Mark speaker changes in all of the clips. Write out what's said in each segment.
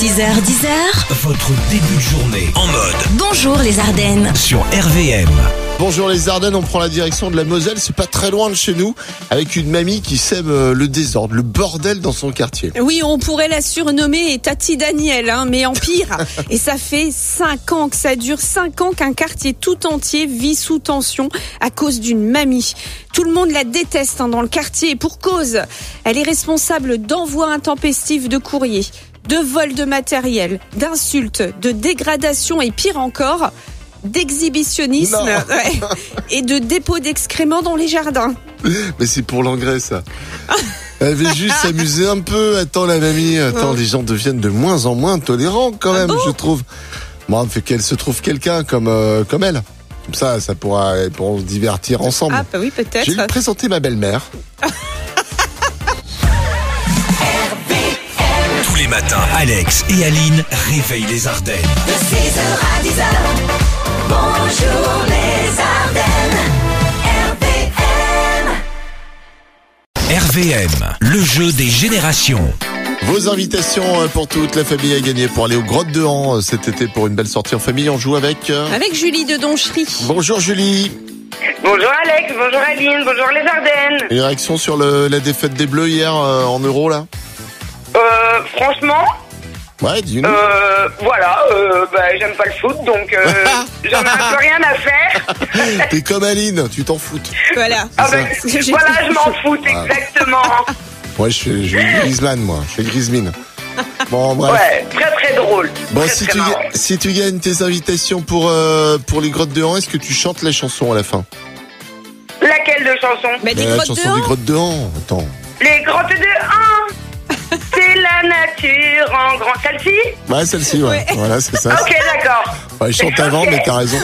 Speaker 1: 6h10h,
Speaker 2: Votre début de journée en mode
Speaker 1: bonjour les Ardennes.
Speaker 2: sur RVM.
Speaker 3: Bonjour les Ardennes, on prend la direction de la Moselle, c'est pas très loin de chez nous, avec une mamie qui sème euh, le désordre, le bordel dans son quartier.
Speaker 4: Oui, on pourrait la surnommer Tati Daniel, hein, mais en pire. Et ça fait cinq ans que ça dure, cinq ans qu'un quartier tout entier vit sous tension à cause d'une mamie. Tout le monde la déteste hein, dans le quartier et pour cause. Elle est responsable d'envois intempestifs de courrier, de vols de matériel, d'insultes, de dégradations et pire encore, d'exhibitionnisme
Speaker 3: Non.
Speaker 4: ouais, et de dépôt d'excréments dans les jardins.
Speaker 3: Mais c'est pour l'engrais ça. Elle veut juste s'amuser un peu. Attends la mamie, attends, les gens deviennent de moins en moins tolérants quand
Speaker 4: Ah
Speaker 3: même, je trouve. Moi, il faut qu'elle se trouve quelqu'un comme euh, comme elle. Comme ça, ça pourra ils pourront se divertir ensemble.
Speaker 4: Ah bah oui,
Speaker 3: Je vais lui
Speaker 4: peut-être.
Speaker 3: présenter ma belle-mère.
Speaker 2: Tous les matins, Alex et Aline réveillent les Ardennes. RVM, le jeu des générations.
Speaker 3: Vos invitations euh, pour toute la famille à gagner pour aller aux grottes de Han euh, cet été pour une belle sortie en famille. On joue avec. euh,
Speaker 4: Avec Julie de Donchery.
Speaker 3: Bonjour Julie.
Speaker 5: Bonjour Alex, bonjour Aline, bonjour les Ardennes.
Speaker 3: Une réaction sur le- la défaite des Bleus hier euh, en Euro là
Speaker 5: Euh, franchement,
Speaker 3: Ouais, dis-nous.
Speaker 5: euh, voilà, euh, bah, j'aime pas le foot, donc euh, j'en ai un peu rien à faire.
Speaker 3: T'es comme Aline, tu t'en foutes.
Speaker 4: Voilà.
Speaker 5: Ah,
Speaker 3: ça. Ah.
Speaker 5: ben, voilà, je m'en fous, exactement.
Speaker 3: Moi, je suis, je suis Griezmann, moi. Je suis Griezmine. Bon, bref.
Speaker 5: Ouais, très très drôle.
Speaker 3: Bon,
Speaker 5: très,
Speaker 3: si
Speaker 5: très
Speaker 3: tu,
Speaker 5: marrant.
Speaker 3: ga- si tu gagnes tes invitations pour, euh, pour les grottes de Han, est-ce que tu chantes la chanson à la fin
Speaker 5: Laquelle de chanson
Speaker 4: Mais des
Speaker 3: Mais La
Speaker 4: grottes de
Speaker 3: chanson des
Speaker 4: Han.
Speaker 3: grottes de Han. Attends.
Speaker 5: Les grottes de 1 C'est la nature en grand. Celle-ci
Speaker 3: Ouais, celle-ci, ouais. Voilà, c'est ça.
Speaker 5: Ah, Ok, d'accord.
Speaker 3: Ouais, je chante avant,
Speaker 5: Ok.
Speaker 3: mais t'as raison.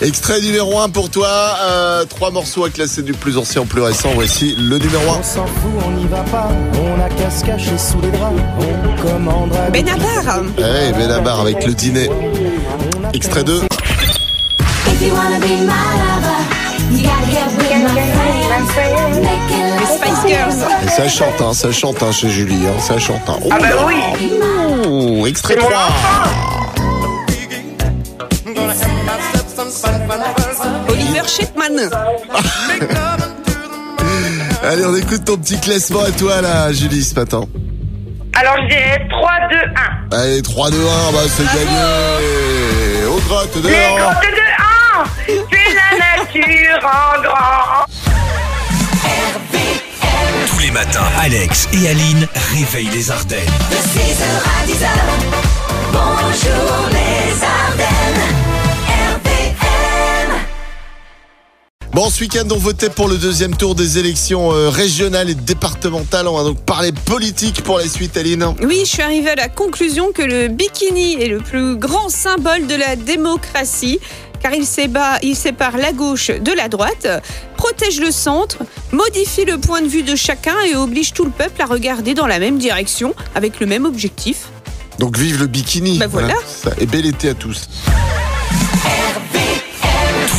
Speaker 3: Extrait numéro 1 pour toi. Euh, trois morceaux à classer du plus ancien au plus récent. Voici le numéro 1.
Speaker 6: On s'en fout, on n'y va pas, on a qu'à se cacher sous les draps, on commandera. des
Speaker 4: Benabar.
Speaker 3: Eh, Benabar avec le dîner. Extrait 2.
Speaker 7: If you wanna be my lover, you gotta get with my friends. Make it
Speaker 4: Les
Speaker 7: last
Speaker 4: Spice Girls.
Speaker 3: Et ça chante, hein, ça chante hein, chez Julie. Hein, ça chante. Hein. Oh
Speaker 5: Ah, bah
Speaker 3: là
Speaker 5: oui.
Speaker 3: Ouh, extrait 3.
Speaker 4: Oliver Shipman.
Speaker 3: Allez, on écoute ton petit classement à toi, là, Julie, ce matin.
Speaker 5: Alors je dirais 3, 2, 1.
Speaker 3: Allez, 3, 2, 1, bah, c'est gagné. Aux grottes de
Speaker 5: Les
Speaker 3: l'or.
Speaker 5: grottes de 1 C'est la nature en grand.
Speaker 2: Tous les matins, Alex et Aline réveillent les Ardennes.
Speaker 3: Bon, ce week-end, on votait pour le deuxième tour des élections euh, régionales et départementales. On va donc parler politique pour la suite, Aline.
Speaker 4: Oui, je suis arrivée à la conclusion que le bikini est le plus grand symbole de la démocratie, car il séba- il sépare la gauche de la droite, protège le centre, modifie le point de vue de chacun et oblige tout le peuple à regarder dans la même direction, avec le même objectif.
Speaker 3: Donc, vive le bikini.
Speaker 4: Bah, voilà.
Speaker 3: c'est ça. Et bel été à tous.
Speaker 2: Tous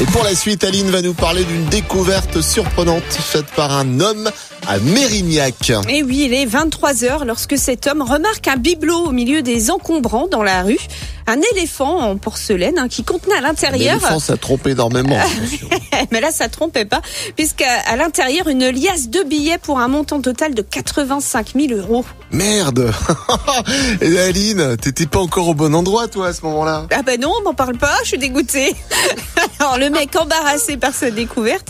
Speaker 3: Et pour la suite, Aline va nous parler d'une découverte surprenante faite par un homme à Mérignac.
Speaker 4: Et oui, il est 23h lorsque cet homme remarque un bibelot au milieu des encombrants dans la rue, un éléphant en porcelaine hein, qui contenait à l'intérieur...
Speaker 3: L'éléphant, ça trompe énormément.
Speaker 4: Mais là, ça trompait pas, puisqu'à à l'intérieur, une liasse de billets pour un montant total de 85 000 euros.
Speaker 3: Merde Et Aline, t'étais pas encore au bon endroit toi à ce moment-là
Speaker 4: Ah ben non, on m'en parle pas, je suis dégoûtée. Alors le mec, embarrassé par sa découverte,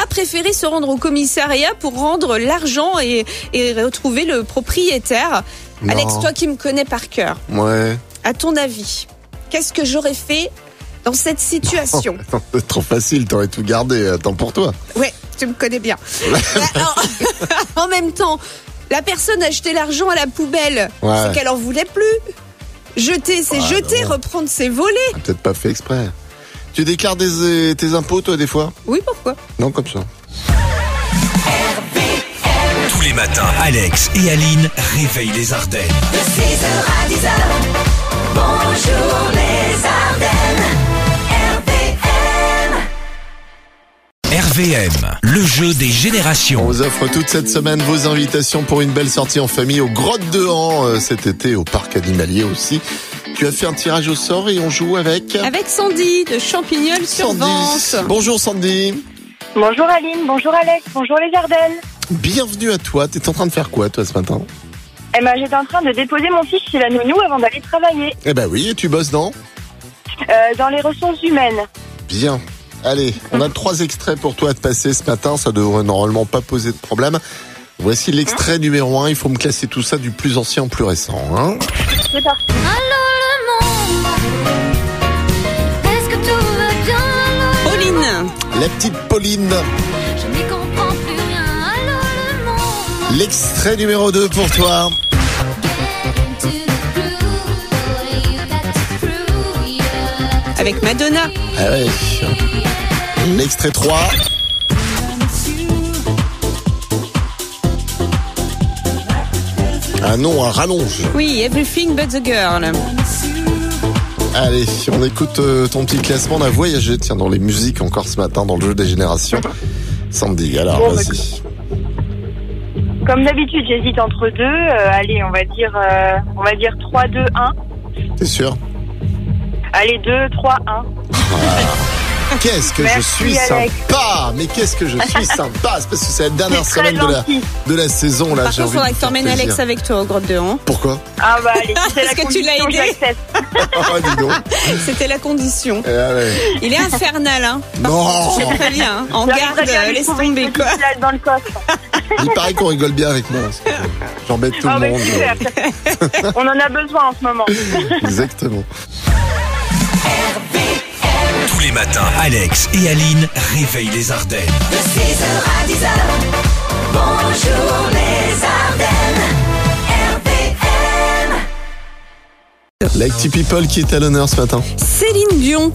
Speaker 4: a préféré se rendre au commissariat pour rendre l'argent et, et retrouver le propriétaire.
Speaker 3: Non.
Speaker 4: Alex, toi qui me connais par cœur,
Speaker 3: Ouais.
Speaker 4: à ton avis, qu'est-ce que j'aurais fait dans cette situation
Speaker 3: Attends, c'est trop facile, t'aurais tout gardé, attends pour toi.
Speaker 4: Ouais, tu me connais bien. Alors, en même temps, la personne a jeté l'argent à la poubelle.
Speaker 3: Ouais.
Speaker 4: C'est qu'elle en voulait plus. Jeter, c'est
Speaker 3: Ouais,
Speaker 4: jeter,
Speaker 3: bah ouais.
Speaker 4: reprendre, c'est voler.
Speaker 3: T'as peut-être pas fait exprès. Tu déclares des- euh, tes impôts toi des fois
Speaker 4: Oui, pourquoi
Speaker 3: Non comme ça.
Speaker 2: Tous les matins, Alex et Aline réveillent les Ardennes.
Speaker 7: Bonjour les Ardennes.
Speaker 2: EVM, le jeu des
Speaker 3: On
Speaker 2: générations.
Speaker 3: vous offre toute cette semaine vos invitations pour une belle sortie en famille aux Grottes de Han euh, cet été, au parc animalier aussi. Tu as fait un tirage au sort et on joue avec,
Speaker 4: Avec Sandy de Champignol sur Vence.
Speaker 3: Bonjour Sandy.
Speaker 1: Bonjour Aline, bonjour Alex, bonjour les Ardennes.
Speaker 3: Bienvenue à toi. T'es en train de faire quoi toi ce matin
Speaker 1: Eh ben, j'étais en train de déposer mon fils chez la nounou avant d'aller travailler
Speaker 3: Eh ben oui, et tu bosses dans
Speaker 1: euh, dans les ressources humaines.
Speaker 3: Bien. Allez, on a trois extraits pour toi à te passer ce matin. Ça devrait normalement pas poser de problème. Voici l'extrait numéro un. Il faut me classer tout ça du plus ancien au plus récent. hein.
Speaker 1: C'est parti.
Speaker 7: Allô le monde, est-ce que tout va bien
Speaker 4: Pauline,
Speaker 3: La petite Pauline.
Speaker 7: Je n'y comprends plus rien. Allô le monde,
Speaker 3: L'extrait numéro 2 pour toi.
Speaker 7: get into the groove. You got to prove you're like
Speaker 4: avec Madonna.
Speaker 3: Ah ouais. L'extrait 3. Ah non, un rallonge.
Speaker 4: Oui, Everything But the
Speaker 3: Bah,
Speaker 4: Girl.
Speaker 3: Allez, on écoute euh, ton petit classement. On a voyagé, tiens, dans les musiques encore ce matin, dans le jeu des générations. Sandy, alors
Speaker 1: Bon, bah,
Speaker 3: vas-y.
Speaker 1: Comme d'habitude, j'hésite entre deux. Euh, allez, on va dire, euh, on va dire 3, 2, 1.
Speaker 3: T'es sûr
Speaker 1: Allez, 2, 3, 1.
Speaker 3: Qu'est-ce que je
Speaker 1: Merci,
Speaker 3: suis
Speaker 1: Alex.
Speaker 3: sympa Mais qu'est-ce que je suis sympa C'est parce que c'est la dernière
Speaker 1: C'est très
Speaker 3: semaine de la,
Speaker 1: gentil.
Speaker 3: de la saison. Là,
Speaker 4: Par
Speaker 3: j'ai envie
Speaker 4: contre, faudrait
Speaker 3: de
Speaker 4: que
Speaker 3: faire
Speaker 4: t'emmènes
Speaker 3: plaisir.
Speaker 4: Alex avec toi au grotte de Han.
Speaker 3: Pourquoi
Speaker 1: Ah bah allez, c'est la
Speaker 4: Parce que tu l'as
Speaker 1: condition,
Speaker 4: aidé.
Speaker 1: j'accepte.
Speaker 3: Ah, dis donc.
Speaker 4: C'était la condition.
Speaker 3: Eh, allez.
Speaker 4: Il est infernal, hein.
Speaker 3: Non
Speaker 4: C'est très bien. hein. En garde,
Speaker 1: J'arriverai bien à
Speaker 4: euh,
Speaker 1: lui
Speaker 4: laisse
Speaker 1: trouver une
Speaker 4: tomber,
Speaker 1: petite
Speaker 4: quoi.
Speaker 1: place dans le coffre.
Speaker 3: Il paraît qu'on rigole bien avec moi. parce que J'embête tout
Speaker 1: Ah
Speaker 3: le
Speaker 1: bah,
Speaker 3: monde.
Speaker 1: super. on en a besoin en ce moment.
Speaker 3: Exactement.
Speaker 2: Tous les matins, Alex et Aline réveillent les Ardennes.
Speaker 3: L'Acti People qui est à l'honneur ce matin.
Speaker 4: Céline Dion.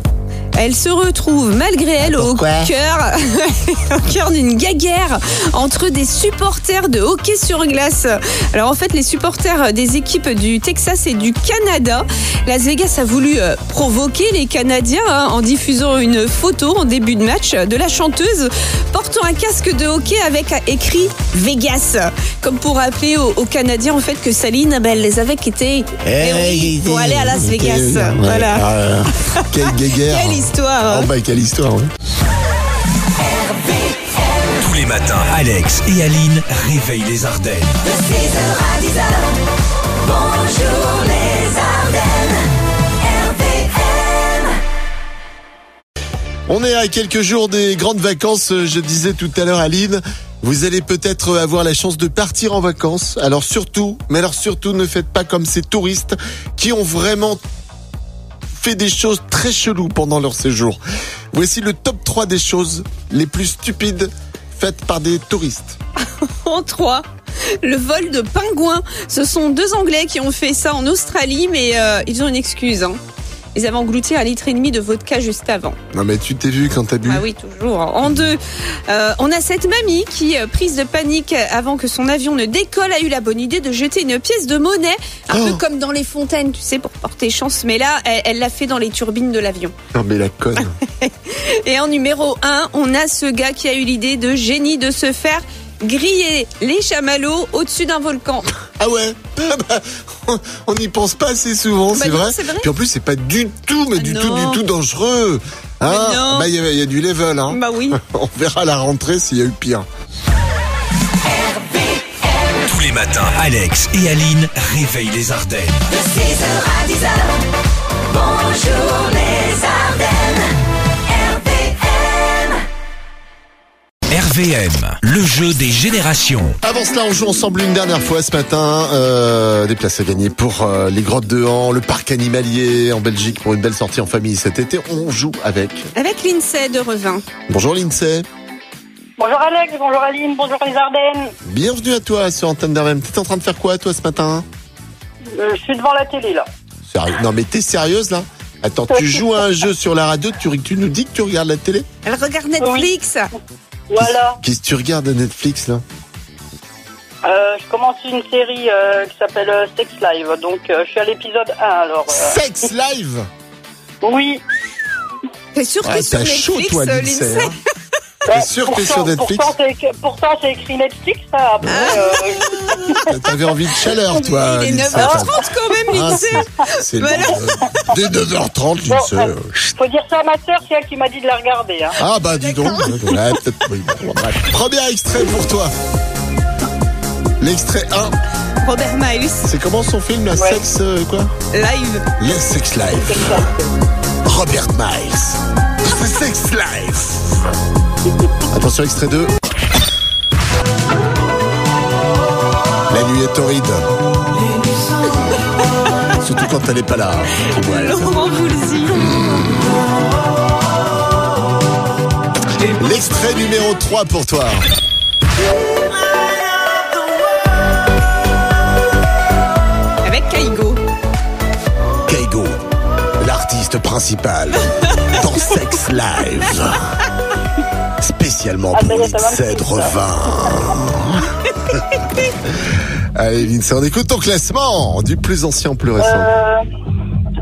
Speaker 4: Elle se retrouve malgré elle au
Speaker 3: Ah, Pourquoi
Speaker 4: cœur, au cœur d'une gaguerre entre des supporters de hockey sur glace. Alors en fait, les supporters des équipes du Texas et du Canada, Las Vegas a voulu euh, provoquer les Canadiens hein, en diffusant une photo en début de match de la chanteuse portant un casque de hockey avec écrit Vegas, comme pour rappeler aux, aux Canadiens en fait que Saline, ben, elle les avait quittés eh oui, pour aller à Las
Speaker 3: Ok,
Speaker 4: Vegas.
Speaker 3: ouais.
Speaker 4: Voilà.
Speaker 3: Ah, là, là. Quelle guéguerre.
Speaker 4: Quelle histoire hein.
Speaker 3: Oh, bah, quelle histoire. ouais.
Speaker 2: Tous les matins, Alex et Aline réveillent les Ardennes.
Speaker 3: On est à quelques jours des grandes vacances. euh, Je disais tout à l'heure à Lille, vous allez peut-être euh, avoir la chance de partir en vacances. Alors surtout, mais alors surtout, ne faites pas comme ces touristes qui ont vraiment fait des choses très cheloues pendant leur séjour. Voici le top 3 des choses les plus stupides faites par des touristes. Oh.
Speaker 4: En 3, le vol de pingouins. Ce sont deux Anglais qui ont fait ça en Australie, mais euh, ils ont une excuse. hein. Ils avaient englouti un litre et demi de vodka juste avant.
Speaker 3: Non mais tu t'es vu quand t'as bu
Speaker 4: Ah oui, toujours. En deux, euh, on a cette mamie qui, euh, prise de panique avant que son avion ne décolle, a eu la bonne idée de jeter une pièce de monnaie, un
Speaker 3: Oh.
Speaker 4: peu comme dans les fontaines, tu sais, pour porter chance. Mais là, elle- elle l'a fait dans les turbines de l'avion.
Speaker 3: Non mais la conne.
Speaker 4: Et en numéro 1, on a ce gars qui a eu l'idée de génie de se faire griller les chamallows au-dessus d'un volcan.
Speaker 3: Ah ouais Ah bah, on- On n'y pense pas assez souvent, c'est
Speaker 4: Bah non,
Speaker 3: vrai.
Speaker 4: c'est vrai.
Speaker 3: Puis en plus, c'est pas du tout, mais
Speaker 4: Ah
Speaker 3: du
Speaker 4: non.
Speaker 3: tout, du tout dangereux. Hein
Speaker 4: Mais non.
Speaker 3: bah, il y, a- il y a du level. Hein.
Speaker 4: Bah oui.
Speaker 3: On verra à la rentrée s'il y a eu pire.
Speaker 2: Tous les matins, Alex et Aline réveillent les Ardennes. RVM, le jeu des générations.
Speaker 3: Avant cela, on joue ensemble une dernière fois ce matin. Euh, des places à gagner pour euh, les grottes de Han, le parc animalier en Belgique pour une belle sortie en famille cet été. On joue avec.
Speaker 4: Avec l'INSEE de Revin.
Speaker 3: Bonjour Lindsay.
Speaker 1: Bonjour Alex, bonjour Aline, bonjour les Ardennes.
Speaker 3: Bienvenue à toi sur Antenne d'Arnhem. T'es en train de faire quoi toi ce matin
Speaker 1: Euh, je suis devant la télé là.
Speaker 3: Sérieux Non mais t'es sérieuse là Attends, tu joues à un jeu sur la radio, tu, tu nous dis que tu regardes la télé
Speaker 4: Elle regarde Netflix.
Speaker 1: Voilà,
Speaker 3: Qu'est-ce que tu regardes à Netflix là
Speaker 1: euh, je commence une série euh, qui s'appelle euh, Sex Live, donc euh, je suis à l'épisode 1 alors. euh,
Speaker 3: Sex Live
Speaker 1: oui,
Speaker 4: T'es sûr
Speaker 3: Ouais,
Speaker 4: que sur
Speaker 3: T'as
Speaker 4: Netflix,
Speaker 3: chaud toi
Speaker 4: euh,
Speaker 3: Lindsay. hein T'es sûr que t'es sur Netflix
Speaker 1: Pourtant, c'est écrit- Pourtant, c'est écrit Netflix, ça. Après,
Speaker 4: Ah.
Speaker 1: euh,
Speaker 3: T'avais envie de chaleur, toi.
Speaker 4: Il est
Speaker 3: Ah, Lindsay.
Speaker 4: 9h30 quand même,
Speaker 3: Ah,
Speaker 4: Lindsay.
Speaker 3: c'est- c'est
Speaker 4: Voilà.
Speaker 3: long. Dès 9h30,
Speaker 1: Bon,
Speaker 3: Lindsay.
Speaker 1: euh, faut dire ça à ma sœur, c'est elle qui m'a dit de la regarder. Hein.
Speaker 3: Ah bah dis donc. Ouais, peut-être- oui, bon, bref. Premier extrait pour toi. L'extrait 1,
Speaker 4: Robert Miles,
Speaker 3: c'est comment son film, la
Speaker 1: Ouais.
Speaker 3: sexe euh, quoi
Speaker 4: live.
Speaker 3: Les Sex Life. Robert Miles. The Sex Life. Attention, extrait 2. La nuit est torride. Surtout quand elle n'est pas là. Ouais.
Speaker 4: Laurent Voulzy.
Speaker 3: L'extrait numéro 3 pour toi.
Speaker 4: Avec Kaigo.
Speaker 3: Keigo, l'artiste principal dans Sex Live. Spécialement
Speaker 1: Ah, ça
Speaker 3: pour
Speaker 1: y est, ça va me
Speaker 3: Lindsay
Speaker 1: faire ça.
Speaker 3: Revin. Allez, Lindsay, on écoute ton classement du plus ancien au plus récent.
Speaker 1: Euh,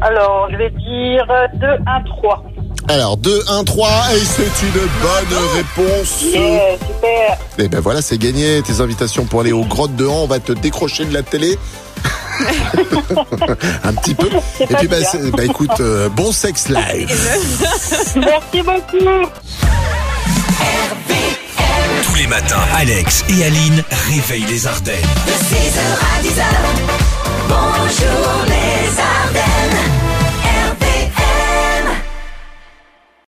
Speaker 1: alors, je vais dire 2, 1, 3.
Speaker 3: Alors, 2, 1, 3, et c'est une bonne réponse.
Speaker 1: Oh. Yeah, super.
Speaker 3: Et ben voilà, c'est gagné. Tes invitations pour aller aux grottes de Han, on va te décrocher de la télé. Un petit peu. Et
Speaker 1: C'est pas
Speaker 3: puis, bah,
Speaker 1: dit, hein.
Speaker 3: c'est- bah, écoute, euh, bon sex live.
Speaker 1: Merci beaucoup.
Speaker 2: Tous les matins, Alex et Aline réveillent les Ardennes.
Speaker 7: De 6h à 10h, bonjour les Ardennes.